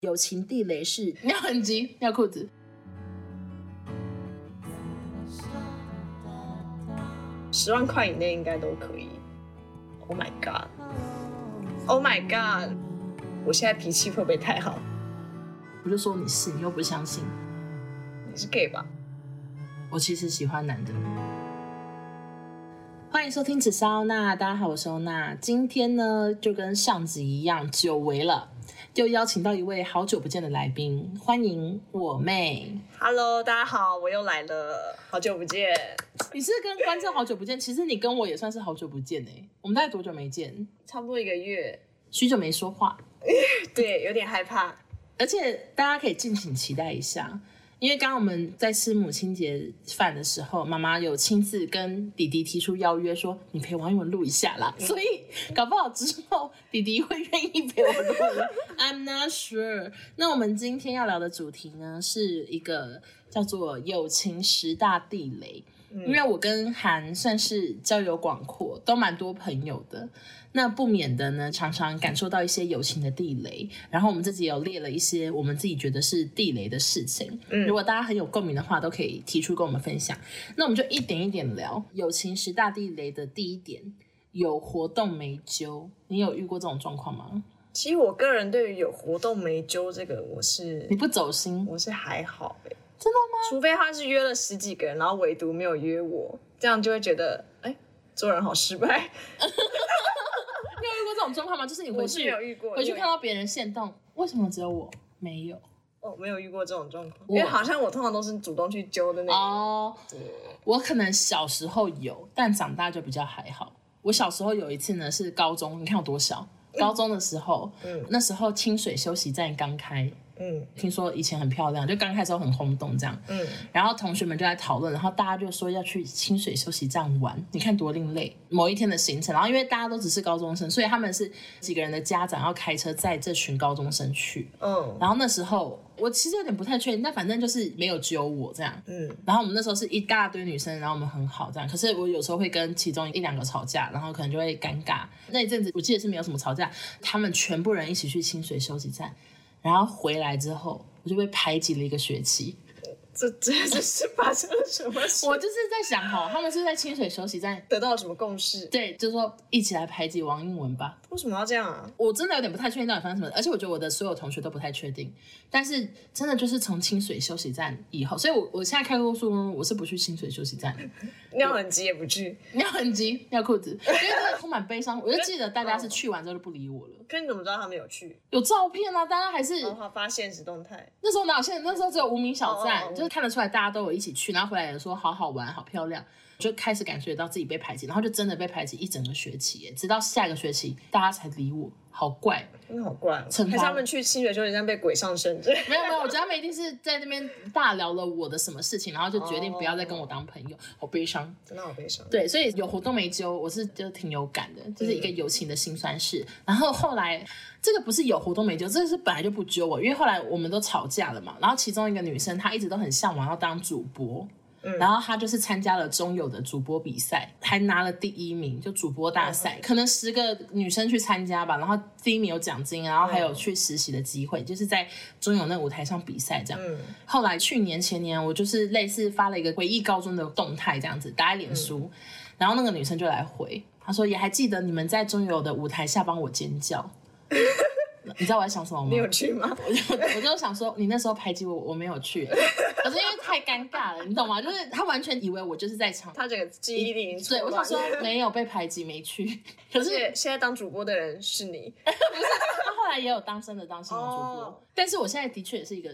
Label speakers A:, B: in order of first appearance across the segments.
A: 友情地雷是
B: 尿很急，尿裤子。
C: 十万块以内应该都可以。Oh my god! Oh my god! 我现在脾气会不会太好？
B: 我就说你是，你又不相信。
C: 你是 gay 吧？
B: 我其实喜欢男的。欢迎收听《紫砂欧娜》，大家好，我是欧娜。今天呢，就跟上集一样，久违了，又邀请到一位好久不见的来宾，欢迎我妹。
C: Hello，大家好，我又来了，好久不见。
B: 你是跟观众好久不见，其实你跟我也算是好久不见哎、我们大概多久没见？
C: 差不多一个月，
B: 许久没说话，
C: 对，有点害怕。
B: 而且大家可以敬请期待一下，因为刚刚我们在吃母亲节饭的时候，妈妈有亲自跟弟弟提出邀约说，你陪王一文录一下啦。所以搞不好之后弟弟会愿意陪我录音，I'm not sure。那我们今天要聊的主题呢，是一个叫做友情十大地雷。因为我跟韩算是交友广阔，都蛮多朋友的，那不免的呢，常常感受到一些友情的地雷。然后我们自己有列了一些我们自己觉得是地雷的事情，
C: 嗯
B: 如果大家很有共鸣的话，都可以提出跟我们分享。那我们就一点一点聊友情十大地雷的第一点。有活动没揪，你有遇过这种状况吗？
C: 其实我个人对于有活动没揪这个，我是
B: 你不走心，
C: 我是还好哎、
B: 真的吗？
C: 除非他是约了十几个人，然后唯独没有约我，这样就会觉得哎、做人好失败。
B: 你有遇过这种状况吗？就是你回
C: 我是没
B: 去
C: 有遇过，
B: 回去
C: 因为
B: 看到别人现动，为什么只有我没有？
C: 哦，没有遇过这种状况，
B: 我
C: 因为好像我通常都是主动去揪的那种。
B: 哦，我可能小时候有，但长大就比较还好。我小时候有一次呢，是高中，你看我多 小。高中的时候，
C: 嗯
B: 那时候清水休息站刚开，
C: 嗯
B: 听说以前很漂亮，就刚开的时候很轰动这样。
C: 嗯，
B: 然后同学们就在讨论，然后大家就说要去清水休息站玩，你看多另类。某一天的行程，然后因为大家都只是高中生，所以他们是几个人的家长要开车载这群高中生去。
C: 嗯
B: 然后那时候我其实有点不太确定，但反正就是没有揪我这样。
C: 嗯
B: 然后我们那时候是一大堆女生，然后我们很好这样。可是我有时候会跟其中一两个吵架，然后可能就会尴尬。那一阵子我记得是没有什么吵架，他们全部人一起去清水休息站，然后回来之后我就被排挤了一个学期。
C: 这这这是发生了什么事？
B: 我就是在想哈，他们是不是在清水休息站，
C: 得到了什么共识？
B: 对，就是说一起来排挤王英文吧。
C: 为什么要这样啊？
B: 我真的有点不太确定到底发生什么，而且我觉得我的所有同学都不太确定。但是真的就是从清水休息站以后，所以我我现在开高速公路，我是不去清水休息站的。
C: 尿很急也不去，
B: 尿很急，尿裤子，因为真的充满悲伤。我就记得大家是去完之后就不理我了，
C: 可你怎么知道他没有去？
B: 有照片啊，大家还是、
C: 然后他发现实动态，
B: 那时候哪有现在，那时候只有无名小站，
C: 哦哦哦
B: 就是看得出来大家都有一起去，然后回来也说好好玩，好漂亮，就开始感觉到自己被排挤，然后就真的被排挤一整个学期耶，直到下个学期大家才理我，好怪。
C: 真的好怪、哦。
B: 惩罚
C: 还是他们去清水休息站被鬼上身？这
B: 没有没有，我觉得他们一定是在那边大聊了我的什么事情，然后就决定不要再跟我当朋友，好悲伤。
C: 真的好悲伤。
B: 对，所以有活动没揪，我是就挺有感的，就是一
C: 嗯
B: 个友情的辛酸事。然后后来这个不是有活动没揪，这个是本来就不揪我，因为后来我们都吵架了嘛。然后其中一个女生她一直都很向往要当主播。
C: 嗯
B: 然后她就是参加了中友的主播比赛，还拿了第一名，就主播大赛，
C: 嗯
B: 可能十个女生去参加吧，然后第一名有奖金，然后还
C: 嗯
B: 有去实习的机会，就是在中友那舞台上比赛这样。
C: 嗯
B: 后来去年前年，我就是类似发了一个回忆高中的动态这样子，打在脸书，
C: 嗯
B: 然后那个女生就来回，她说也还记得你们在中友的舞台下帮我尖叫， 你知道我在想什么吗？
C: 你有去吗？
B: 我就想说，你那时候排挤我，我没有去，可是因为太尴尬了，你懂吗？就是她完全以为我就是在场，
C: 他整个记忆力已经错
B: 对我想
C: 乱
B: 说
C: 了。
B: 没有被排挤，没去，可
C: 而
B: 是
C: 且现在当主播的人是你，
B: 她后来也有当真的当新闻主播，
C: 哦
B: 但是我现在的确也是一个，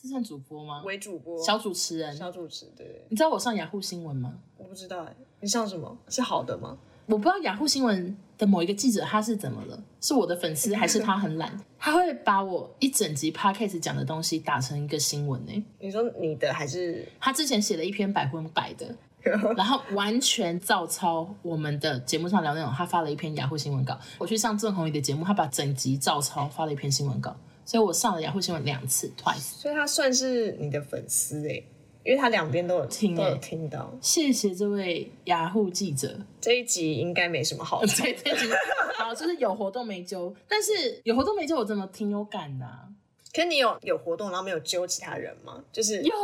B: 这算主播吗？
C: 为主播
B: 小主持人，
C: 小主持，对，
B: 你知道我上雅虎新闻吗？
C: 我不知道哎、你上什么是好的吗？
B: 我不知道雅虎新闻的某一个记者他是怎么了，是我的粉丝还是他很懒？他会把我一整集 podcast 讲的东西打成一个新闻呢、欸
C: 你说你的还是
B: 他之前写了一篇百分百的，然后完全照抄我们的节目上聊内容，他发了一篇雅虎新闻稿。我去上郑红宇的节目，他把整集照抄发了一篇新闻稿，所以我上了雅虎新闻两次，twice。
C: 所以他算是你的粉丝哎、因为他两边都有
B: 听
C: 都
B: 欸
C: 有听到。
B: 谢谢这位雅虎记者，
C: 这一集应该没什么好的，
B: 对对对，然后就是有活动没揪，但是有活动没揪，我真的挺有感的啊、
C: 可你有有活动，然后没有揪其他人吗？就是你
B: 有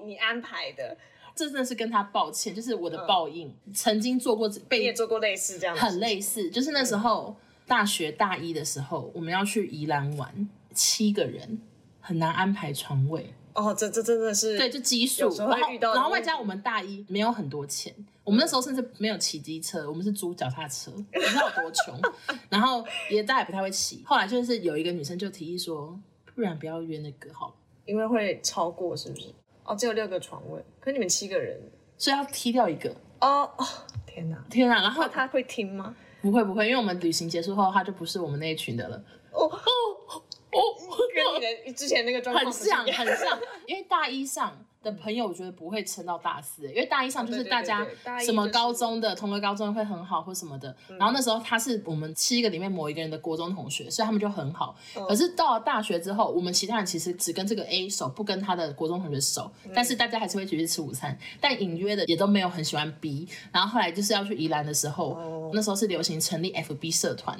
C: 你你安排的，
B: 这真的是跟他抱歉，就是我的报应。曾经做过
C: 嗯你也
B: 被
C: 做过类似这样的事
B: 很类似，就是那时候大学大一的时候，我们要去宜兰玩，七个人很难安排床位，
C: 哦，这这真的是
B: 对，就基数
C: 有，时候
B: 然后
C: 会遇到
B: 然后外加我们大一没有很多钱，我们那时候甚至没有骑机车，我们是租脚踏车，你知道有多穷， 然后也大家也不太会骑。后来就是有一个女生就提议说，不然不要约那个好了，
C: 因为会超过是不是？哦，只有六个床位，可你们七个人
B: 所以要踢掉一个。
C: 哦哦，天哪！
B: 天啊！然后
C: 那他会听吗？
B: 不会不会，因为我们旅行结束后，他就不是我们那一群的了。
C: 哦，
B: 哦，
C: 跟你的之前那个状况
B: 很
C: 不是一
B: 像
C: 样
B: 很像，因为大一上的朋友，我觉得不会撑到大四，欸因为大一上就是大家
C: 哦对对对对大一
B: 什么
C: 就是嗯
B: 高中的同个高中会很好或什么的。然后那时候他是我们七个里面某一个人的国中同学，所以他们就很好。
C: 嗯
B: 可是到了大学之后，我们其他人其实只跟这个 A 熟，不跟他的国中同学熟，
C: 嗯
B: 但是大家还是会一起去吃午餐，但隐约的也都没有很喜欢 B。然后后来就是要去宜兰的时候
C: 哦，
B: 那时候是流行成立 FB 社团。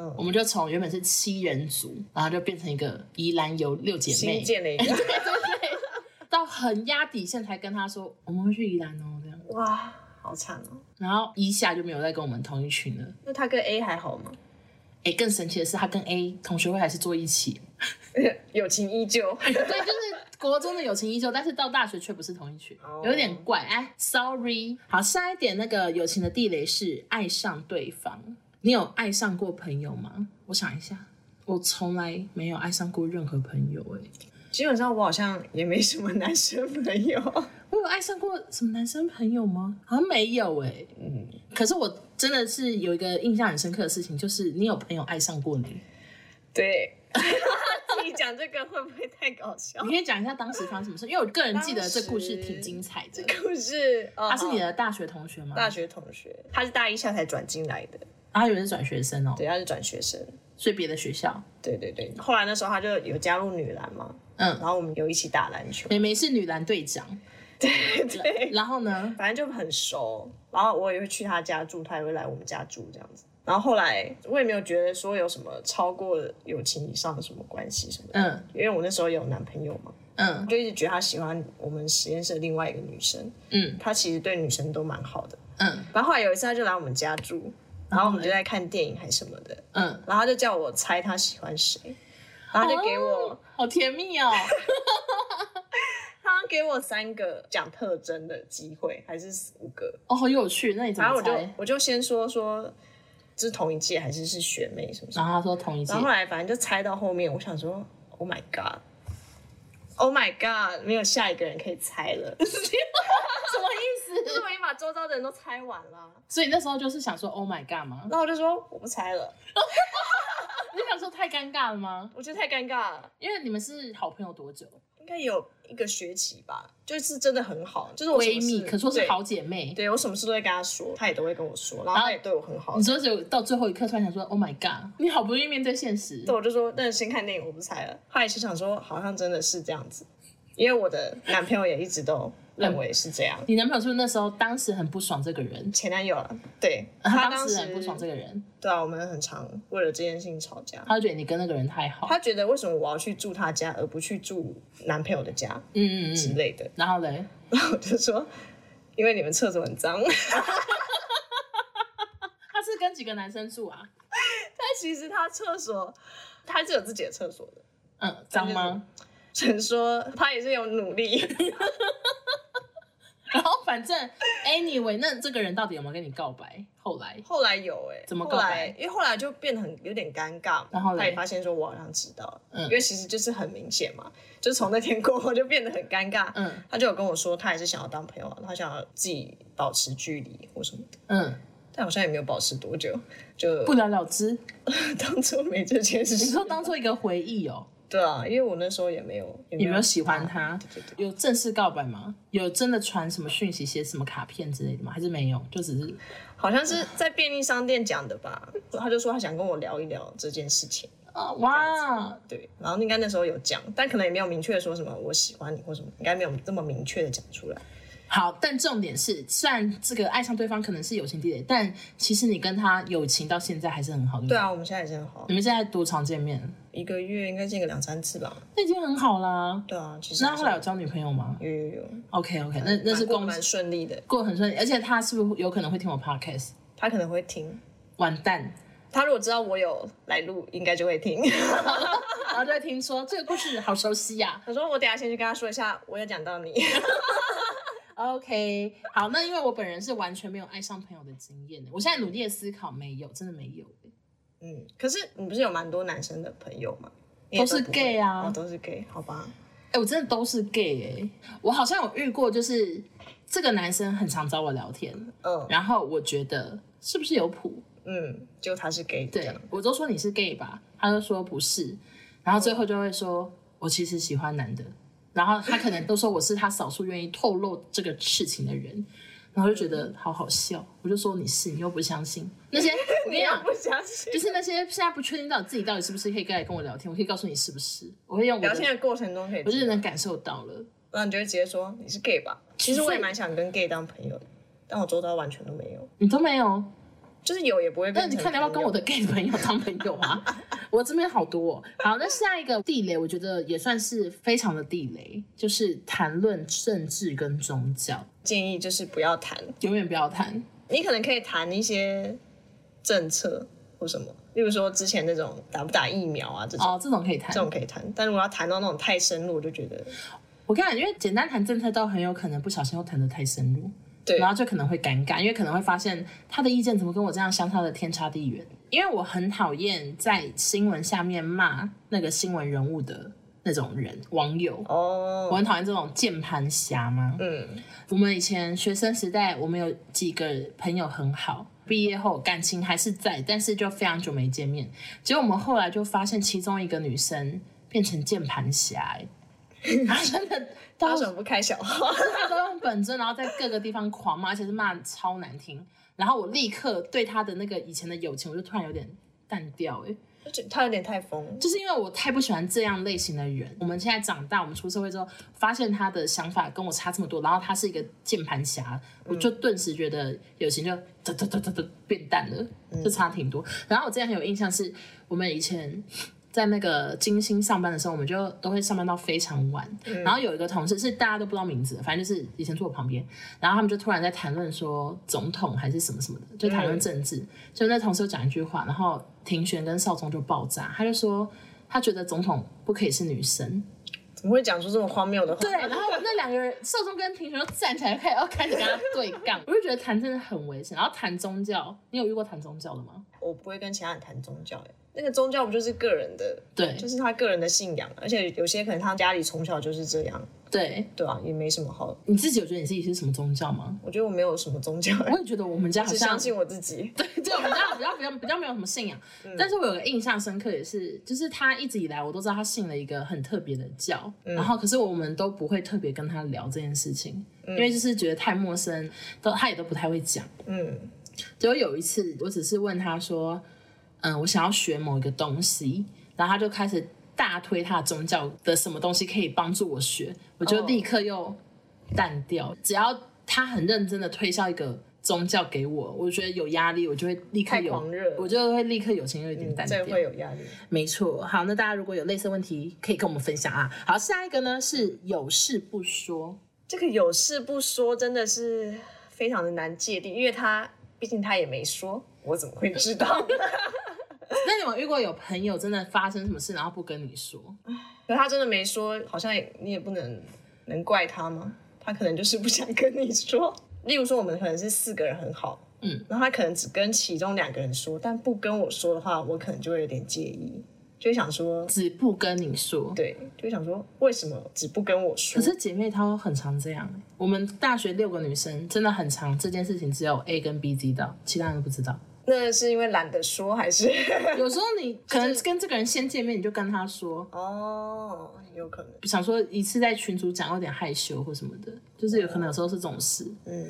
C: 嗯
B: 我们就从原本是七人组，然后就变成一个宜兰有六姐妹
C: 新，建了一个
B: 到很压底线才跟他说我们会去宜兰哦这样，
C: 哇，好惨哦。
B: 然后一下就没有再跟我们同一群了。
C: 那他跟 A 还好吗？
B: 哎，更神奇的是，他跟 A 同学会还是坐一起，
C: 友情依旧。
B: 对，就是国中的友情依旧，但是到大学却不是同一群
C: 哦，
B: 有点怪。哎，sorry。好，下一点那个友情的地雷是爱上对方。你有爱上过朋友吗？我想一下，我从来没有爱上过任何朋友、哎，
C: 基本上我好像也没什么男生朋友。
B: 我有爱上过什么男生朋友吗？好像没有哎、
C: 嗯，
B: 可是我真的是有一个印象很深刻的事情，就是你有朋友爱上过你。
C: 对。你讲这个会不会太搞笑
B: 你？可以讲一下当时发生什么事，因为我个人记得这故事挺精彩的。
C: 故事哦
B: 他是你的大学同学吗？
C: 大，学同学，他是大一下才转进来的，
B: 然后他以为是转学生哦，
C: 对，他是转学生。
B: 所以别的学校。
C: 对对对，后来那时候他就有加入女篮嘛，然
B: 嗯，
C: 后我们有一起打篮球，
B: 美眉是女篮队长，
C: 对 对，
B: 然后呢，
C: 反正就很熟。然后我也会去他家住，他也会来我们家住这样子。然后后来我也没有觉得说有什么超过友情以上的什么关系什么的，
B: 嗯
C: 因为我那时候有男朋友嘛，
B: 嗯
C: 就一直觉得他喜欢我们实验室的另外一个女生，
B: 嗯
C: 他其实对女生都蛮好的。
B: 嗯
C: 然后后来有一次他就来我们家住，然后我们就在看电影还什么的，
B: 嗯，
C: 然后他就叫我猜他喜欢谁，然后他就给我，
B: 哦好甜蜜哦。
C: 他给我三个讲特征的机会，还是五个，
B: 哦，好有趣。那你怎
C: 然后
B: 么
C: 我就
B: 猜？
C: 我就先说说，这是同一届还是是学妹什么什
B: 然
C: 么，
B: 后他说同一届
C: 然后，后来反正就猜到后面，我想说，Oh my God，Oh my God，没有下一个人可以猜 了，
B: 什么意
C: 就
B: 思？
C: 是我已经把周遭的人都猜完了，
B: 所以那时候就是想说，Oh my god 吗
C: 然？后我就说我不猜了，
B: 你想说太尴尬了吗？
C: 我觉得太尴尬了。
B: 因为你们是好朋友多久？
C: 应该有一个学期吧，就是真的很好，就是我什么
B: 闺
C: 事
B: 蜜，可说是
C: 对
B: 好姐妹。
C: 对我什么事都会跟他说，他也都会跟我说，然后他也对我很好
B: 你。说只有到最后一刻突然想说，Oh my god！你好不容易面对现实
C: 对，，我就说那先看电影，我不猜了。后来心想说，好像真的是这样子，因为我的男朋友也一直都
B: 嗯
C: 认为是这样，
B: 你男朋友是不是那时候当时很不爽这个人？
C: 前男友了。对，
B: 啊他
C: 当
B: 当
C: 时
B: 时很不爽这个人，
C: 对啊，我们很常为了这件事情吵架。
B: 他就觉得你跟那个人太好。
C: 他觉得为什么我要去住他家，而不去住男朋友的家
B: 嗯嗯
C: 之
B: 嗯。
C: 类的？
B: 然后嘞，
C: 然后我就说，因为你们厕所很脏。
B: 他是跟几个男生住啊？
C: 但其实他厕所，他是有自己的厕所的。
B: 嗯，脏吗？
C: 只能说他也是有努力，
B: 然后反正 anyway，那这个人到底有没有跟你告白？后来
C: 后来有哎、欸，
B: 怎么告
C: 后
B: 白
C: 来？因为后来就变得很有点尴尬嘛，
B: 然后嘞
C: 他也发现说我好像知道了，
B: 嗯
C: 因为其实就是很明显嘛，就从那天过后就变得很尴尬，
B: 嗯
C: 他就有跟我说他也是想要当朋友，啊他想要自己保持距离或什么的，
B: 嗯，
C: 但好像也没有保持多久，就
B: 不了了之。
C: 当做没这件
B: 你
C: 事，
B: 说当做一个回忆哦，
C: 对啊，因为我那时候也没有也
B: 你没有喜欢他？
C: 对对对
B: 有正式告白吗？有真的传什么讯息、写什么卡片之类的吗？还是没有？就只是
C: 好像是在便利商店讲的吧，他就说他想跟我聊一聊这件事情。
B: 啊、哇，
C: 对，然后应该那时候有讲，但可能也没有明确地说什么我喜欢你或什么，应该没有这么明确的讲出来。
B: 好，但重点是，虽然这个爱上对方可能是友情地雷，但其实你跟他友情到现在还是很好，对不嗯
C: 对啊，我们现在也是很好，
B: 你们现在多常见面？
C: 一一个月应该见个两三次吧。
B: 那已经很好啦。
C: 对啊，其实
B: 那
C: 还
B: 后
C: 算
B: 来有交女朋友吗
C: 有有有，
B: ？OK OK，那那是
C: 蛮过
B: 共
C: 蛮顺利的。
B: 过得很顺利，而且他是不是有可能会听我 podcast？
C: 他可能会听，
B: 完 蛋，
C: 他如果知道我有来录，应该就会听。
B: 然后就会啊听说这个故事好熟悉呀、
C: 他说我等一下先去跟他说一下，我有讲到你。
B: OK，好，那因为我本人是完全没有爱上朋友的经验的，我现在努力的思考，没有，真的没有、欸
C: 嗯，可是你不是有蛮多男生的朋友吗？你也
B: 都是
C: 不会
B: gay 啊
C: 哦，都是 gay，好吧。
B: 哎、我真的都是 gay 哎、我好像有遇过，就是这个男生很常找我聊天，
C: 嗯
B: 然后我觉得是不是有谱？
C: 嗯，就他是 gay，这
B: 对
C: 样
B: 我都说你是 gay 吧，他就说不是，然后最后就会说我其实喜欢男的，然后他可能都说我是他少数愿意透露这个事情的人，然后就觉得好好笑，我就说你是，你又不相信那些，我跟
C: 你
B: 你
C: 也
B: 讲。
C: 不相信
B: 就。是那些现在不确定到底自己到底是不是可以来跟我聊天，我可以告诉你是不是，我会用我
C: 聊
B: 的，
C: 天的过程中可以
B: 我
C: 知
B: 就
C: 道，
B: 能感受到了。
C: 然后你就会直接说你是 gay 吧。其实我也蛮想跟 gay 当朋友的，但我周遭完全都没有，
B: 你都没有，
C: 就是有也不会变
B: 那
C: 成
B: 你
C: 朋友。
B: 看你要不要跟我的 gay 朋友当朋友啊？ 我这边好多、哦。好，那下一个地雷，我觉得也算是非常的地雷，就是谈论政治跟宗教，
C: 建议就是不要谈
B: 永远不要谈。
C: 你可能可以谈一些政策或什么，例如说之前那种打不打疫苗啊这种，
B: 哦，这种可以谈
C: 这。种可以谈。但如果要谈到那种太深入，我就觉得
B: 我看，因为简单谈政策，倒很有可能不小心又谈得太深入，
C: 对
B: 然后就可能会尴尬，因为可能会发现他的意见怎么跟我这样相差的天差地远。因为我很讨厌在新闻下面骂那个新闻人物的那种人网友，我
C: 哦，
B: 很讨厌这种键盘侠嘛。
C: 嗯，
B: 我们以前学生时代，我们有几个朋友很好，毕业后感情还是在，但是就非常久没见面。结果我们后来就发现，其中一个女生变成键盘侠、欸， 她真的
C: 他
B: 到
C: 为什么不开小号？
B: 她都用本尊，然后在各个地方狂骂，而且是骂超难听。然后我立刻对她的那个以前的友情，我就突然有点淡掉、欸，
C: 就觉得他有点太疯，
B: 就是因为我太不喜欢这样类型的人。我们现在长大，我们出社会之后，发现他的想法跟我差这么多，然后他是一个键盘侠，我就顿时觉得友情就哒哒哒哒哒变淡了，就差挺多。然后我之前很有印象是，我们以前。在那个金星上班的时候，我们就都会上班到非常晚。然后有一个同事是大家都不知道名字的，反正就是以前坐我旁边，然后他们就突然在谈论说总统还是什么什么的，就谈论政治。就那同事有讲一句话，然后庭璇跟少宗就爆炸，他就说他觉得总统不可以是女生。
C: 怎么会讲出这么荒谬的话？
B: 对，然后那两个人少宗跟庭璇就站起来开始要开始跟他对杠，我就觉得谈真的很危险。然后谈宗教，你有遇过谈宗教的吗？
C: 我不会跟其他人谈宗教，欸那个宗教不就是个人的，
B: 对
C: 就是他个人的信仰，而且有些可能他家里从小就是这样，
B: 对，
C: 对啊，也没什么好。
B: 你自己有觉得你自己是什么宗教吗？
C: 我觉得我没有什么宗教，欸
B: 我也觉得我们家好
C: 只
B: 像
C: 相信我自己。
B: 对，就比较比较比较比较没有什么信仰。
C: 嗯
B: 但是我有个印象深刻，也是就是他一直以来我都知道他信了一个很特别的教，
C: 嗯
B: 然后可是我们都不会特别跟他聊这件事情，因为就是觉得太陌生，都他也都不太会讲。
C: 嗯
B: 结果有一次，我只是问他说：“嗯，我想要学某一个东西。”然后他就开始大推他的宗教的什么东西可以帮助我学，我就
C: 哦
B: 立刻又淡掉。只要他很认真的推销一个宗教给我，我觉得有压力，我就会立刻
C: 太
B: 有
C: 狂热了
B: 我就会立刻友情有一点淡掉。
C: 这嗯会有压力。
B: 没错，好，那大家如果有类似的问题，可以跟我们分享啊。好，下一个呢是有事不 说，
C: 这个有事不说真的是非常的难界定，因为他毕竟他也没说，我怎么会知道？
B: 那你有没有遇过有朋友真的发生什么事，然后不跟你说？
C: 可他真的没说，好像也你也不能能怪他吗？他可能就是不想跟你说。例如说，我们可能是四个人很好，
B: 嗯，
C: 然后他可能只跟其中两个人说，但不跟我说的话，我可能就会有点介意，就会想说，
B: 只不跟你说，
C: 对，就会想说为什么只不跟我说
B: 可？是姐妹她很常这样。欸我们大学六个女生真的很常这件事情，只有 A 跟 B 知道，其他人都不知 道。
C: 那是因为懒得说，还是？
B: 有时候你可能跟这个人先见面，你就跟他说，
C: 哦，有可能，
B: 想说一次在群组讲有点害羞或什么的，就是有可能有时候是这种事。
C: 嗯，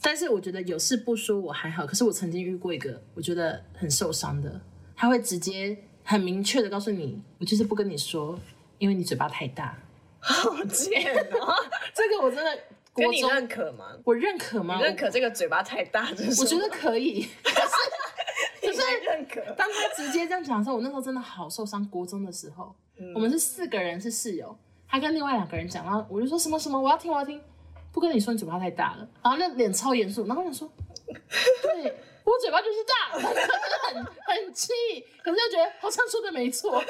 B: 但是我觉得有事不说我还好，可是我曾经遇过一个我觉得很受伤的，他会直接很明确的告诉你，我就是不跟你说，因为你嘴巴太大。
C: 好贱哦。
B: 这个我真的国
C: 跟你
B: 中
C: 认可吗？
B: 我认可吗？
C: 认可这个嘴巴太大，这是
B: 我觉得可以，可是可是
C: 以认可。
B: 当他直接这样讲的时候，我那时候真的好受伤。国中的时候，我们是四个人是室友，他跟另外两个人讲，然后我就说什么什么，我要听我要听，不跟你说你嘴巴太大了，然后那脸超严肃，然后我想说，对我嘴巴就是大，真的很很气，可是又觉得好像说的没错。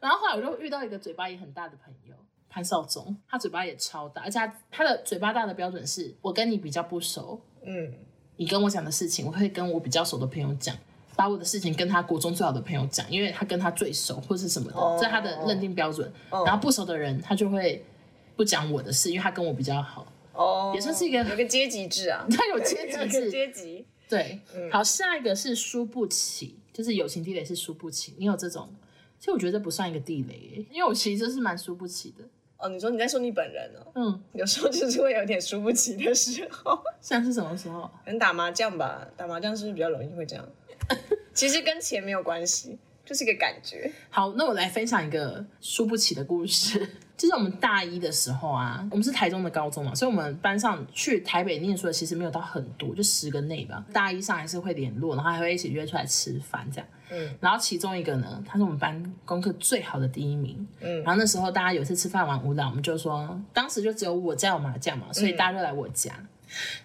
B: 然后后来我就遇到一个嘴巴也很大的朋友。潘少忠，他嘴巴也超大，而且他他的嘴巴大的标准是我跟你比较不熟，
C: 嗯，
B: 你跟我讲的事情，我会跟我比较熟的朋友讲，把我的事情跟他国中最好的朋友讲，因为他跟他最熟或是什么的，
C: 哦
B: 这是他的认定标准。然后不熟的人，他就会不讲我的事，因为他跟我比较好，
C: 哦，
B: 也算是一个，
C: 有个阶级制啊
B: 他有阶级
C: 有个
B: 制。
C: 阶嗯级。
B: 对，好，下一个是输不起，就是友情地雷是输不起。你有这种？其实我觉得这不算一个地雷耶，因为我其实就是蛮输不起的。
C: 哦，你说你在说你本人哦，
B: 嗯，
C: 有时候就是会有点输不起的时候。
B: 像是什么时候？啊
C: 可能打麻将吧，打麻将是不是比较容易会这样？ 其实跟钱没有关系，就是一个感觉。
B: 好，那我来分享一个输不起的故事。 就是我们大一的时候啊，我们是台中的高中嘛，所以我们班上去台北念书的其实没有到很多，就十个内吧。大一上还是会联络，然后还会一起约出来吃饭这样。嗯，然后其中一个呢，他是我们班功课最好的第一名。嗯，然后那时候大家有一次吃饭玩舞蹈，我们就说，当时就只有我家有麻将嘛，所以大家就来我家。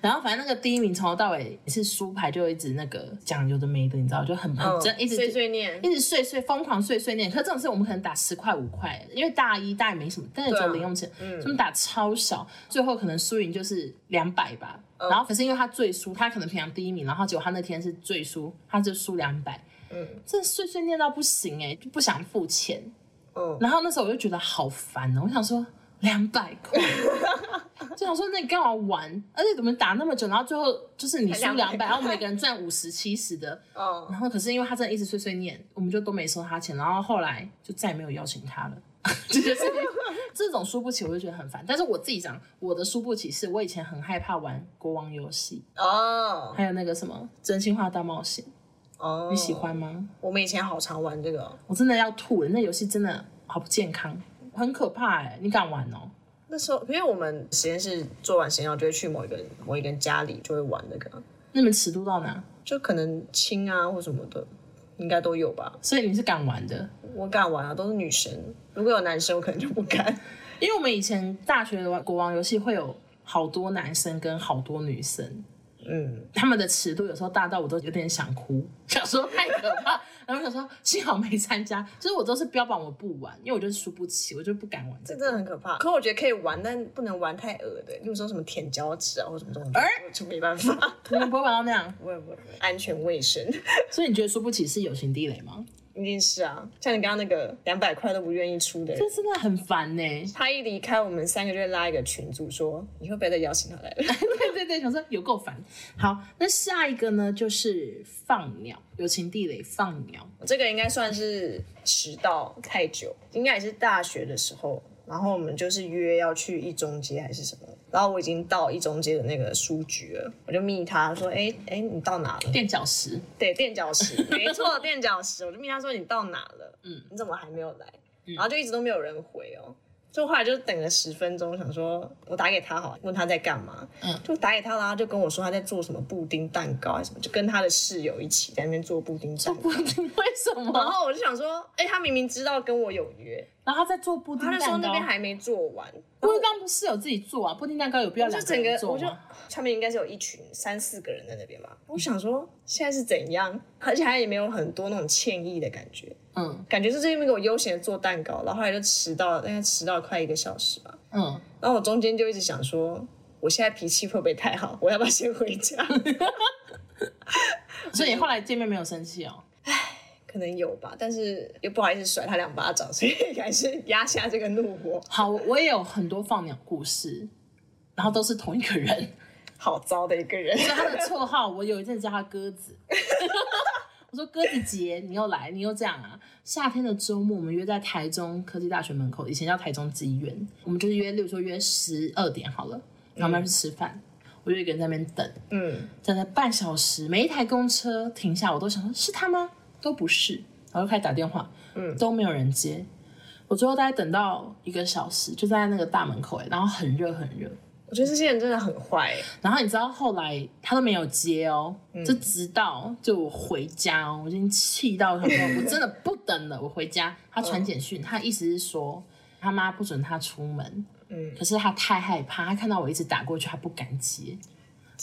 B: 然后反正那个第一名从头到尾是输牌，就一直那个讲有的没的，你知道，哦就很很真，一直
C: 嗯碎碎念，
B: 一直碎碎疯狂碎碎念。可是这种事我们可能打十块五块，因为大一大也没什么，但是只有零用钱，所以我们打超少，最后可能输赢就是两百吧。然后可是因为他最输，他可能平常第一名，然后结果他那天是最输，他就输两百。嗯，这碎碎念到不行哎、就不想付钱。
C: 嗯
B: 然后那时候我就觉得好烦哦、我想说两百块， 就想说那你干嘛玩？而且我们打那么久，然后最后就是你输
C: 200
B: 两百，然后我们每个人赚五十七十的，
C: 嗯，
B: 然后可是因为他真的一直碎碎念，我们就都没收他钱，然后后来就再也没有邀请他了。 就是这种输不起，我就觉得很烦。但是我自己讲，我的输不起是我以前很害怕玩国王游戏，
C: 哦
B: 还有那个什么真心话大冒险，
C: 哦，
B: 你喜？欢吗？
C: 我们以前好常玩这个哦，
B: 我真的要吐了，欸那游戏真的好不健康，很可怕哎、你敢玩哦？
C: 那时候因为我们实验室做完实验后就会去某一个人某一个人家里就会玩这个，
B: 那你们尺度到哪？
C: 就可能亲啊或什么的，应该都有吧。
B: 所以你是敢玩的，
C: 我敢玩啊，都是女生，如果有男生我可能就不敢。
B: 因为我们以前大学玩国王游戏会有好多男生跟好多女生，
C: 嗯，
B: 他们的尺度有时候大到我都有点想哭， 想说太可 怕，然后想说幸好没参加。就是我都是标榜我不玩，因为我就是输不起，我就不敢玩这
C: 这
B: 个。
C: 真的很可怕。可我觉得可以玩，但不能玩太恶的，例如说什么舔脚趾啊或什么这种，我就没办法。
B: 你们不会玩到那样，
C: 不会不会，不会安全卫生
B: 所以你觉得输不起是友情地雷吗？
C: 一定是啊。像你刚刚那个两百块都不愿意出的人
B: 这，真的很烦呢、
C: 他一离开，我们三个就会拉一个群组说，你会不会再邀请他来了？
B: 对对对，想说有够烦。好，那下一个呢就是放鸟，友情地雷放鸟。
C: 我这个应该算是迟到太久，应该也是大学的时候。然后我们就是约要去一中街还是什么，然后我已经到一中街的那个书局了，我就密他说，哎哎，你到哪了？
B: 垫脚石，
C: 对，垫脚石，没错，垫脚石。我就问他说你到哪了？嗯，你怎么还没有来？然后就一直都没有人回哦。就后来就等了十分钟，想说我打给他好了，问他在干嘛。
B: 嗯
C: 就打给他啦，他就跟我说他在做什么布丁蛋糕还是什么，就跟他的室友一起在那边做布丁蛋糕。
B: 布丁为什
C: 然
B: 么？
C: 后我就想说，哎、他明明知道跟我有约，
B: 然后他在做布丁
C: 他就说
B: 蛋
C: 那
B: 糕
C: 边，还没做完，
B: 布丁蛋糕是有自己做啊，布丁蛋糕有必要
C: 就
B: 两个
C: 整个
B: 人做
C: 我就
B: 吗？
C: 上面应该是有一群三四个人在那边吧。我想说现在是怎样，而且他也没有很多那种歉意的感觉，
B: 嗯
C: 感觉就是因为我悠闲地做蛋糕，然后后来就迟到，大概迟到快一个小时吧。
B: 嗯。
C: 然后我中间就一直想说，我现在脾气会不会太好？我要不要先回家？
B: 所以你后来见面没有生气哦？
C: 可能有吧，但是又不好意思甩他两巴掌，所以还是压下这个怒火。
B: 好，我也有很多放鸟故事，然后都是同一个人。
C: 好糟的一个人，
B: 他的绰号我有一阵子叫他鸽子， 我说鸽子姐，你又来，你又这样啊！夏天的周末，我们约在台中科技大学门口，以前叫台中机院，我们就是约，例如说约十二点好了，然后我们要去吃饭，我就一个人在那边等，
C: 嗯，
B: 等了半小时，每一台公车停下，我都想说是他吗？都不是，然后就开始打电话，嗯，都没有人接。我最后大概等到一个小时，就在那个大门口、欸，然后很热很热，
C: 我觉得这些人真的很坏、欸，
B: 然后你知道后来他都没有接哦，就直到就我回家哦，我已经气到想说，我真的不等了，我回家。他传简讯，他意思是说他妈不准他出门，
C: 嗯
B: 可是他太害怕，他看到我一直打过去，他不敢接。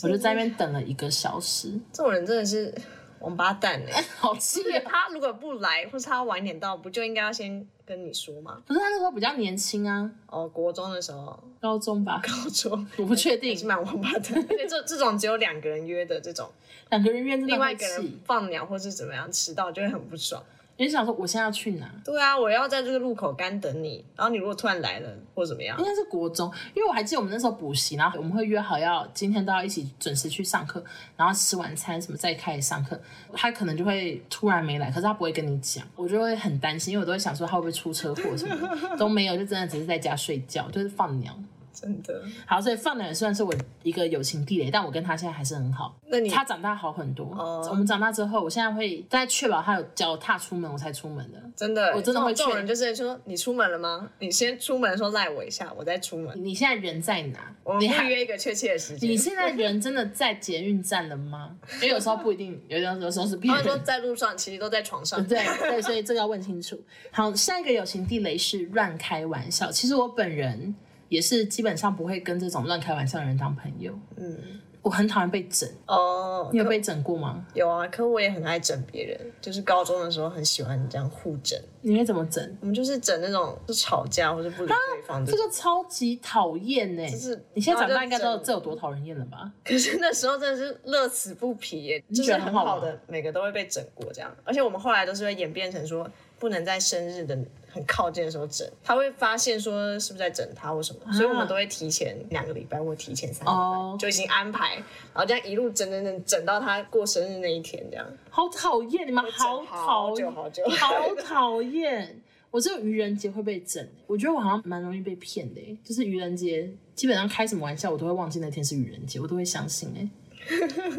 B: 我就在那边等了一个小时，
C: 这种人真的是王八 蛋哎、欸！
B: 好气
C: 就是
B: 哦！
C: 他如果不来，或是他晚点到，不就应该要先跟你说吗？
B: 可是他那时候比较年轻啊，
C: 哦，国中的时候，
B: 高中吧，
C: 高中
B: 我不确
C: 也
B: 定
C: 是。 蛮王八蛋，而且这这种只有两个人约的这 种，
B: 两个人约真的
C: 另外
B: 会
C: 一个人
B: 气，
C: 放鸟或是怎么样迟到就会很不爽。
B: 你就想说我现在要去哪？
C: 对啊，我要在这个路口干等你，然后你如果突然来了或怎么样
B: 应，该是国中，因为我还记得我们那时候补习，然后我们会约好要今天都要一起准时去上课，然后吃晚餐什么再开始上课。他可能就会突然没来，可是他不会跟你讲，我就会很担心，因为我都会想说他会不会出车祸什么 的，都没有，就真的只是在家睡觉，就是放鸟。
C: 真的。
B: 好，所以放鸟也算是我一个友情地雷，但我跟他现在还是很好。
C: 那你
B: 他长大好很多，
C: 哦
B: 我们长大之后，我现在会在确保他有脚踏出门，我才出门的。
C: 真的，
B: 我真的会
C: 这种这种
B: 劝
C: 人就是说，你出门了吗？你先出门的时候赖我一下，我再出门。
B: 你现在人在哪？
C: 我们
B: 你
C: 不
B: 还
C: 约一个确切的时间。
B: 你现在人真的在捷运站了吗？因为有时候不一定，有的有时候是骗
C: 他们说
B: 人。
C: 在路上，其实都在床上。
B: 对对，所以这个要问清楚。好，下一个友情地雷是乱开玩笑。其实我本人也是基本上不会跟这种乱开玩笑的人当朋友。
C: 嗯，
B: 我很讨厌被整，
C: 哦，
B: 你有被整过吗？
C: 有啊，可我也很爱整别人，就是高中的时候很喜欢这样互整。
B: 你会怎么整？
C: 我们就是整那种就吵架或者不理对方的
B: 这。个超级讨厌呢、
C: 是
B: 啊你现在长大应该知道
C: 然后就
B: 这有多讨人厌了吧？
C: 可是那时候真的是乐此不疲耶，
B: 觉
C: 就
B: 得
C: 是很
B: 很好吗
C: 好的，每个都会被整过这样。而且我们后来都是会演变成说，不能在生日的很靠近的时候整，他会发现说是不是在整他或什么，所以我们都会提前两个礼拜或提前三个礼拜、
B: 啊哦
C: 就已经安排，然后这样一路整整整整到他过生日那一天这样。
B: 好讨厌，你们好
C: 整好
B: 讨
C: 久
B: 厌，
C: 好久，
B: 好讨厌！ 我只有愚人节会被整、我觉得我好像蛮容易被骗的、欸，就是愚人节基本上开什么玩笑，我都会忘记那天是愚人节，我都会相信 哎、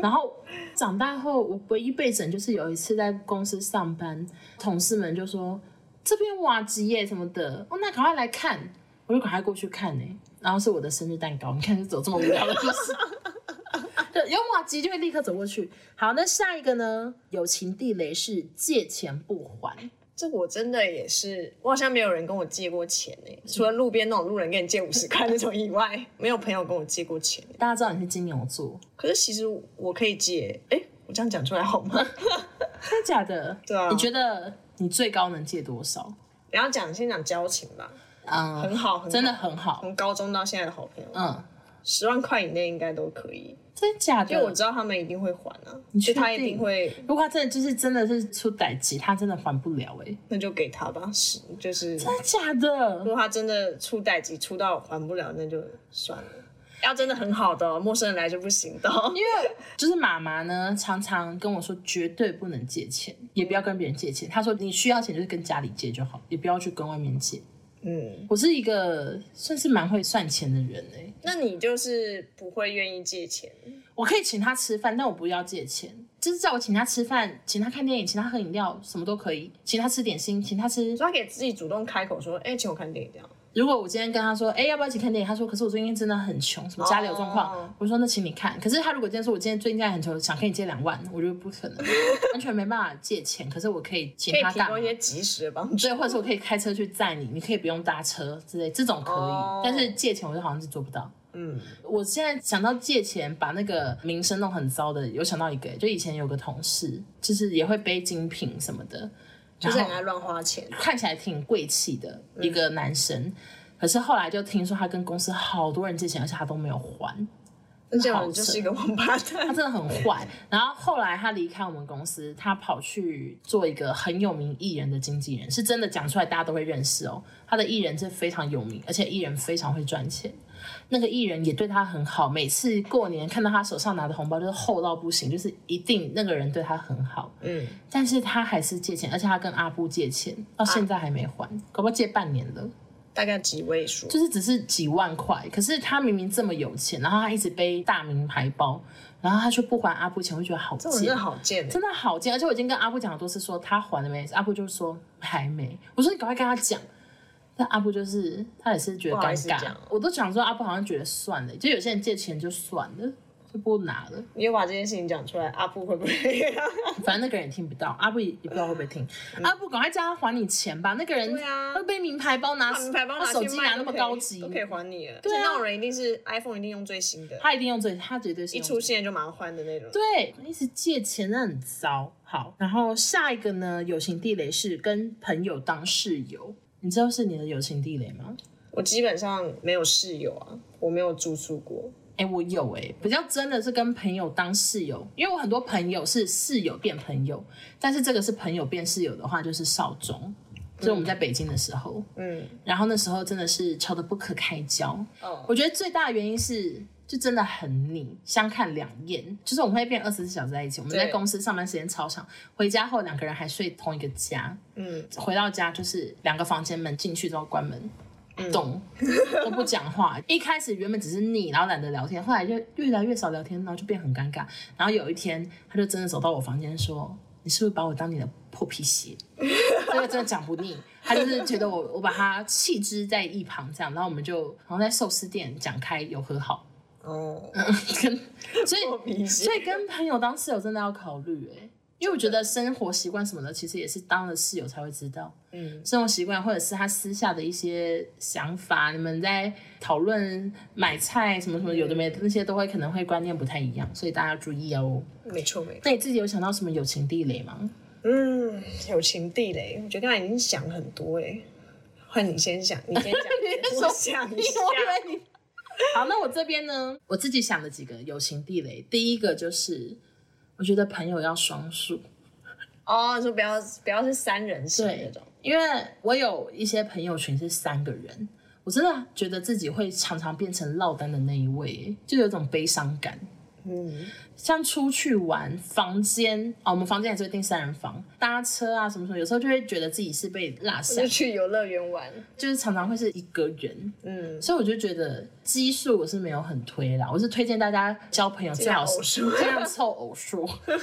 B: 然后长大后，我唯一被整就是有一次在公司上班，同事们就说这边瓦吉耶什么的，哦，那赶快来看，我就赶快过去看呢、然后是我的生日蛋糕，你看就走这么无聊的故事。对，有瓦吉就会立刻走过去。好，那下一个呢？友情地雷是借钱不还。
C: 这我真的也是，我好像没有人跟我借过钱呢、除了路边那种路人跟你借五十块那种以外，没有朋友跟我借过钱、欸
B: 大家知道你是金牛座，
C: 可是其实我可以借，哎、我这样讲出来好吗？
B: 真的假的？
C: 对啊
B: 你觉得你最高能借多少？
C: 然后讲先讲交情吧，
B: 嗯，
C: 很好，很好
B: 真的，很好。
C: 从高中到现在的好朋友，
B: 嗯，
C: 十万块以内应该都可以，
B: 真的假的？
C: 因为我知道他们一定会还啊，
B: 嗯确
C: 就
B: 定
C: 他一定会，
B: 如果他真的就是真的是出歹疾，他真的还不了哎、欸，
C: 那就给他吧，是就是，
B: 真的假
C: 如
B: 的？
C: 果他真的出代级出到还不了，那就算了。要真的很好的哦、陌生人来就不行的哦、
B: 因为就是妈妈呢，常常跟我说绝对不能借钱，也不要跟别人借钱。她说你需要钱就是跟家里借就好，也不要去跟外面借。
C: 嗯，
B: 我是一个算是蛮会算钱的人哎、
C: 那你就是不会愿意借钱，
B: 我可以请他吃饭，但我不要借钱。就是叫我请他吃饭，请他看电影，请他喝饮料，什么都可以，请他吃点心，请他吃
C: 所以。他可以自己主动开口说，哎、请我看电影这样。
B: 如果我今天跟他说，哎、要不要一起看电影？他说，可是我最近真的很穷，什么家里有状况。
C: 哦
B: 我说，那请你看。可是他如果今天说我今天最近真的很穷，想跟你借两万，我就不可能， 完全没办法借钱。可是我可以请
C: 可以
B: 他
C: 提
B: 干嘛
C: 供一？些及时的帮助。
B: 对，或者是我可以开车去载你，你可以不用搭车之类，这种可以。
C: 哦
B: 但是借钱，我就好像是做不到。
C: 嗯，
B: 我现在想到借钱把那个名声弄很糟的，有想到一个，就以前有个同事，就是也会背精品什么的，
C: 就
B: 就是
C: 很爱乱花钱。
B: 看起来挺贵气的一
C: 嗯
B: 个男生，可是后来就听说他跟公司好多人借钱，而且他都没有还，
C: 这种人就是一个王八蛋
B: 他。真的很坏。然后后来他离开我们公司，他跑去做一个很有名艺人的经纪人，是真的讲出来大家都会认识哦。他的艺人是非常有名，而且艺人非常会赚钱。那个艺人也对他很好，每次过年看到他手上拿的红包就是厚到不行，就是一定那个人对他很好。
C: 嗯，
B: 但是他还是借钱，而且他跟阿布借钱，到现在还没还，搞不好借半年了。
C: 大概几位数？
B: 就是只是几万块，可是他明明这么有钱，然后他一直背大名牌包，然后他却不还阿布钱，我就觉得好
C: 这种人真
B: 贱
C: 的，好贱欸。
B: 真的好贱。而且我已经跟阿布讲了多次说他还了没，阿布就说还没。我说你赶快跟他讲，但阿布就是他也是觉得
C: 不好
B: 尴
C: 意思
B: 尬
C: 讲，
B: 我都想说阿布好像觉得算了，就有些人借钱就算了，就不拿了，
C: 你有把这件事情讲出来，阿布会不会？
B: 反正那个人也听不到，阿布也也不知道会不会听。阿布赶快叫他还你钱吧，那个人
C: 嗯对啊
B: 会被名牌包拿，
C: 名牌包
B: 他
C: 拿
B: 手
C: 去
B: 机
C: 卖
B: 拿那
C: 都
B: 么
C: 可以
B: 高级
C: 都，可以还你了。
B: 对啊
C: 而且那种人一定是 iPhone 一定用最新的，
B: 他一定用最，他绝对是
C: 一
B: 用
C: 出
B: 最
C: 现就马上换的那种。
B: 对，一直借钱那很糟。好，然后下一个呢，友情地雷是跟朋友当室友。你知道是你的友情地雷吗？
C: 我基本上没有室友啊，我没有住宿过。
B: 哎、我有哎、比较真的是跟朋友当室友，因为我很多朋友是室友变朋友，但是这个是朋友变室友的话，就是少中，就是我们在北京的时候，
C: 嗯，
B: 然后那时候真的是吵得不可开交。
C: 哦，
B: 我觉得最大的原因是，就真的很腻，相看两厌。就是我们会变二十四小时在一起，我们在
C: 对
B: 公司上班时间超长，回家后两个人还睡同一个家，
C: 嗯，
B: 回到家就是两个房间门进去之后关门。
C: 嗯
B: 懂都不讲话，一开始原本只是腻，然后懒得聊天，后来就越来越少聊天，然后就变很尴尬。然后有一天，他就真的走到我房间说：“你是不是把我当你的破皮鞋？”这个真的讲不腻，他就是觉得我我把他弃之在一旁这样，然后我们就然后在寿司店讲开有和好，
C: 哦，
B: 跟所以
C: 破皮鞋
B: 所以跟朋友当室友真的要考虑哎、因为我觉得生活习惯什么的，其实也是当了室友才会知道。
C: 嗯，
B: 生活习惯，或者是他私下的一些想法，你们在讨论买菜什么什么，有的没的那些都会可能会观念不太一样，所以大家要注意哦。
C: 没错没错。
B: 那你自己有想到什么友情地雷吗？
C: 嗯，友情地雷，我觉得刚才已经想很多哎，换你先想，你先讲，我想一下。
B: 为你。 好，那我这边呢，我自己想了几个友情地雷。第一个就是，我觉得朋友要双数，
C: 哦，你说不要不要是三人行那
B: 对
C: 种，，
B: 因为我有一些朋友群是三个人，我真的觉得自己会常常变成落单的那一位，就有一种悲伤感。
C: 嗯，
B: 像出去玩，房间哦，我们房间也是会订三人房，搭车啊什么什么，有时候就会觉得自己是被落下
C: 就，去游乐园玩，
B: 就是常常会是一个人，
C: 嗯，
B: 所以我就觉得基数我是没有很推啦，我是推荐大家交朋友最好是
C: 尽量偶数
B: 这样凑偶数，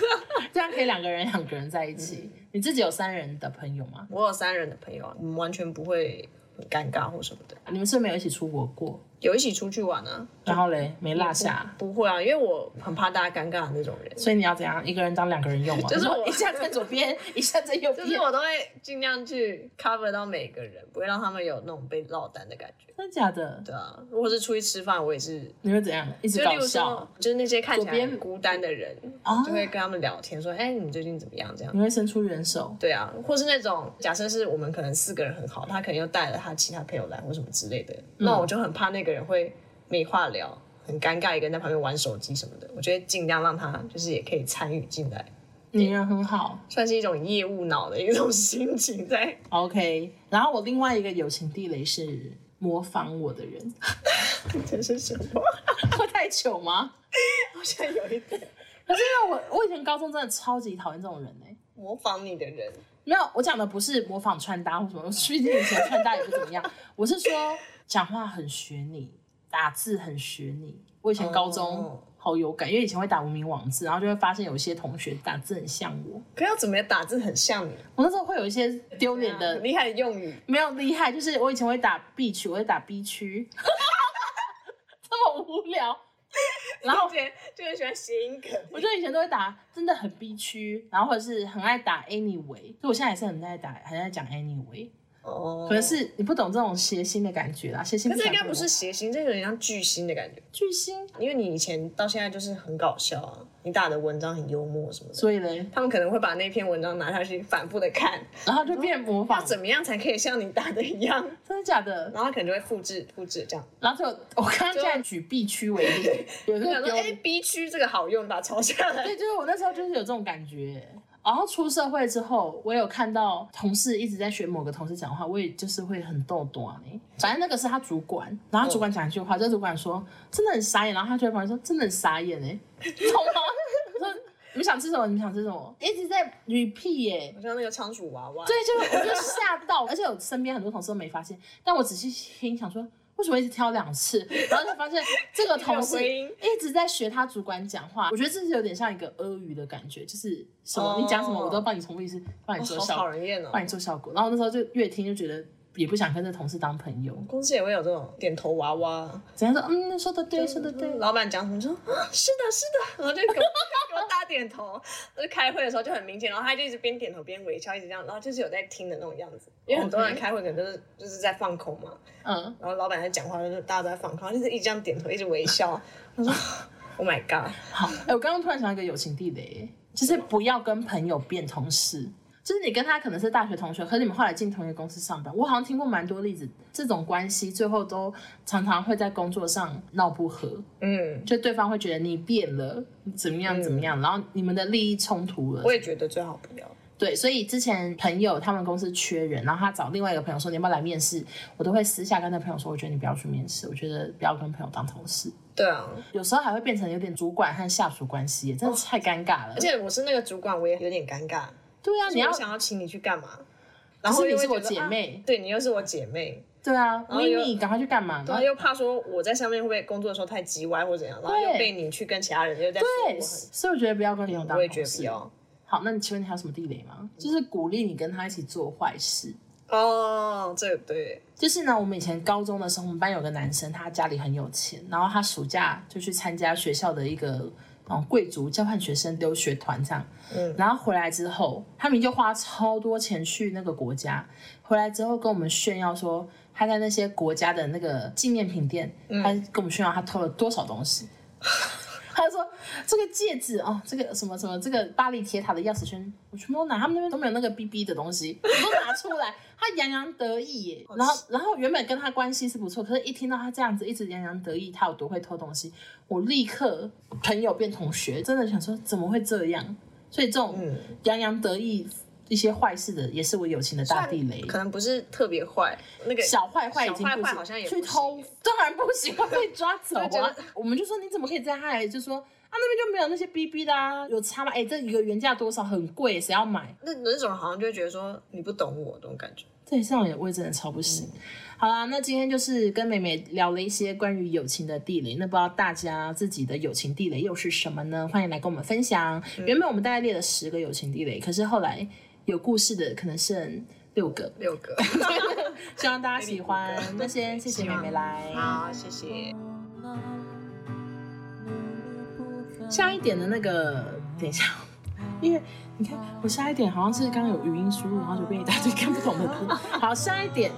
B: 这样可以两个人两个人在一起。
C: 嗯
B: 你自己有三人的朋友吗？
C: 我有三人的朋友啊，我们完全不会很尴尬或什么的，
B: 你们是不是没有一起出国过，
C: 有一起出去玩啊，
B: 然后嘞没落下，
C: 不会啊，因为我很怕大家尴尬的那种人，
B: 所以你要怎样一个人当两个人用吗？
C: 就是我
B: 一下在左边，一下在右
C: 就是
B: 边。
C: 我都会尽量去 cover 到每个人，不会让他们有那种被落单的感觉。
B: 真的假的？
C: 对啊，如果是出去吃饭，我也是，
B: 你会怎样？一直
C: 就例
B: 搞
C: 如
B: 笑
C: 说，就是那些看起
B: 左
C: 来
B: 边
C: 很孤单的人，
B: 啊
C: 就会跟他们聊天，说，哎、你最近怎么样？这样
B: 你。会伸出援手。
C: 对啊，或是那种假设是我们可能四个人很好，他可能又带了他其他朋友来或什么之类的，那
B: 嗯
C: 我就很怕那个人会没话聊，很尴尬，一个人在旁边玩手机什么的。我觉得尽量让他就是也可以参与进来，
B: 你人很好
C: 算是一种业务脑的一种 心情在。
B: ，OK。然后我另外一个友情地雷是模仿我的人，
C: 这是什么？
B: 会太糗吗？
C: 好像有一点
B: 可是因为我我以前高中真的超级讨厌这种人哎、
C: 模仿你的人，
B: 没有，我讲的不是模仿穿搭或什么，我毕竟以前穿搭也不怎 么样。我是说讲话很学你，打字很学你。我以前高中
C: 哦
B: 好有感，因为以前会打无名网字，然后就会发现有一些同学打字很像我。
C: 可要怎么样打字很像你，啊
B: 我那时候会有一些丢脸的
C: 很厉害的用语，
B: 没有厉害，就是我以前会打 B 区，我会打 B 区， 这么无聊。然后
C: 而且就很喜欢谐音梗。
B: 我就以前都会打，真的很 B 区，然后或者是很爱打 anyway，所以我现在也是很爱打，很爱讲 anyway。
C: 哦
B: 可能是你不懂这种谐星的感觉啦，谐星
C: 可是应该
B: 想
C: 不是谐星，这有点像巨星的感觉。
B: 巨星，
C: 因为你以前到现在就是很搞笑啊，你打的文章很幽默什么的，
B: 所以嘞，
C: 他们可能会把那篇文章拿下去反复的看，
B: 然后就变模
C: 要
B: 仿，
C: 怎么样才可以像你打的一样，
B: 真的假的？
C: 然后可能就会复制复制这样。
B: 然后就我刚刚这样举 B 区为 例，有一
C: 就
B: 个
C: 想说，
B: 丢
C: 哎、b 区这个好用，把它抄下来。
B: 对，就是我那时候就是有这种感觉。然后出社会之后，我有看到同事一直在学某个同事讲话，我也就是会很逗逗啊你。反正那个是他主管，然后他主管讲一句话，这主管说真的很傻眼，然后他就在旁边说真的很傻眼哎、欸， 你懂吗？我说你们想吃什么？你们想吃什么？一直在 repeat 耶、
C: 好像那个仓鼠娃娃，
B: 对，就我就吓到，而且我身边很多同事都没发现，但我仔细听想说。为什么一直挑两次？然后才发现这个同事
C: 没有回音
B: 一直在学他主管讲话，我觉得这是有点像一个阿谀的感觉，就是什么、你讲什么
C: 哦
B: 我都帮你重复一次，帮你做
C: 哦好
B: 效
C: 讨
B: 果，
C: 人厌哦。
B: 帮你做效果。然后那时候就越听就觉得也不想跟这同事当朋友。
C: 公司也会有这种点头娃娃，
B: 怎样说？嗯，说的对，说的对。
C: 老板讲什么说啊，是的，是的，然后就给我 给我大点头。就是开会的时候就很明显，然后他就一直边点头边微笑，一直这样，然后就是有在听的那种样子。因为很多人
B: OK
C: 开会可能就是就是在放空嘛，
B: 嗯，
C: 然后老板在讲话，就是大家都在放空，他就是一直这样点头，一直微笑。他说 ，Oh my god，
B: 好。哎、我刚刚突然想到一个友情地雷，就是不要跟朋友变同事。就是你跟他可能是大学同学，可是你们后来进同一个公司上班。我好像听过蛮多例子，这种关系最后都常常会在工作上闹不和，
C: 嗯，
B: 就对方会觉得你变了，怎么样怎么样，然后你们的利益冲突了
C: 我。也觉得最好不要。
B: 对，所以之前朋友他们公司缺人，然后他找另外一个朋友说你要不要来面试，我都会私下跟那朋友说，我觉得你不要去面试，我觉得不要跟朋友当同事。
C: 对啊，
B: 有时候还会变成有点主管和下属关系，真的是太尴尬了。
C: 而且我是那个主管，我也有点尴尬。
B: 对啊，你要
C: 我想要请你去干嘛？然后
B: 可是你
C: 又会
B: 是我
C: 觉得
B: 姐妹
C: 啊对你又是我姐妹，
B: 对啊，
C: 后
B: 维
C: 又
B: 尼赶快去干嘛？
C: 然后又怕说我在上面会不会工作的时候太叽歪或怎样，然后又被你去跟其他人又在说我
B: 对，
C: 很，
B: 所以我觉得不要跟朋友当
C: 我也觉
B: 同
C: 得不
B: 事。
C: 要。
B: 好，那你请问你还有什么地雷吗？就是鼓励你跟他一起做坏事。
C: 哦，这个对，
B: 就是呢，我们以前高中的时候，我们班有个男生，他家里很有钱，然后他暑假就去参加学校的一个嗯贵族交换学生留学团这样，
C: 嗯
B: 然后回来之后，他们就花超多钱去那个国家，回来之后跟我们炫耀说他在那些国家的那个纪念品店，他跟我们炫耀他偷了多少东西。他就说这个戒指哦，这个什么什么，这个巴黎铁塔的钥匙圈，我全部都拿，他们那边都没有那个 BB 的东西，我都拿出来，他洋洋得意耶。然后，然后原本跟他关系是不错，可是一听到他这样子一直洋洋得意，他有多会偷东西，我立刻朋友变同学，真的想说怎么会这样？所以这种洋洋得意一些坏事的，也是我友情的大地雷。
C: 可能不是特别坏，那个
B: 小坏坏已经不
C: 小
B: 行，
C: 坏坏好像也不
B: 去
C: 行
B: 偷，当然不行，会被抓走
C: 就觉
B: 啊
C: 得！
B: 我们就说你怎么可以这样害？就说啊那边就没有那些 BB 的啊，有差吗？哎、这一个原价多少，很贵，谁要买？
C: 那那种好像就会觉得说你不懂我这种感觉。
B: 对，这种也我也真的超不行。
C: 嗯
B: 好啦，那今天就是跟美美聊了一些关于友情的地雷，那不知道大家自己的友情地雷又是什么呢？欢迎来跟我们分享。
C: 嗯
B: 原本我们大概列了十个友情地雷，可是后来有故事的可能剩六个，
C: 六个，
B: 希望大家喜欢
C: Maybe 嗯五个。
B: 那先谢谢美美来。
C: 好，谢谢。
B: 下一点的那个，等一下， 因为你看我下一点好像是刚刚有语音输入，然后就被一大堆看不懂的 字。好，下一点，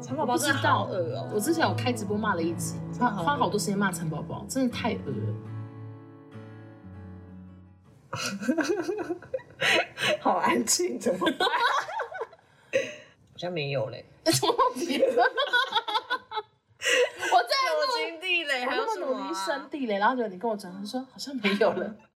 C: 蚕宝宝真的好恶哦，
B: 我之前有开直播骂了一集，花花好多时间骂蚕宝宝，真的太恶了。
C: 好安静，怎么办？ 好像没 有嘞。
B: 什么东西？我在
C: 友情地雷还有
B: 那
C: 什
B: 么
C: 么
B: 努
C: 啊
B: 啊力生地雷，然后就你跟我讲，他说好像没有了。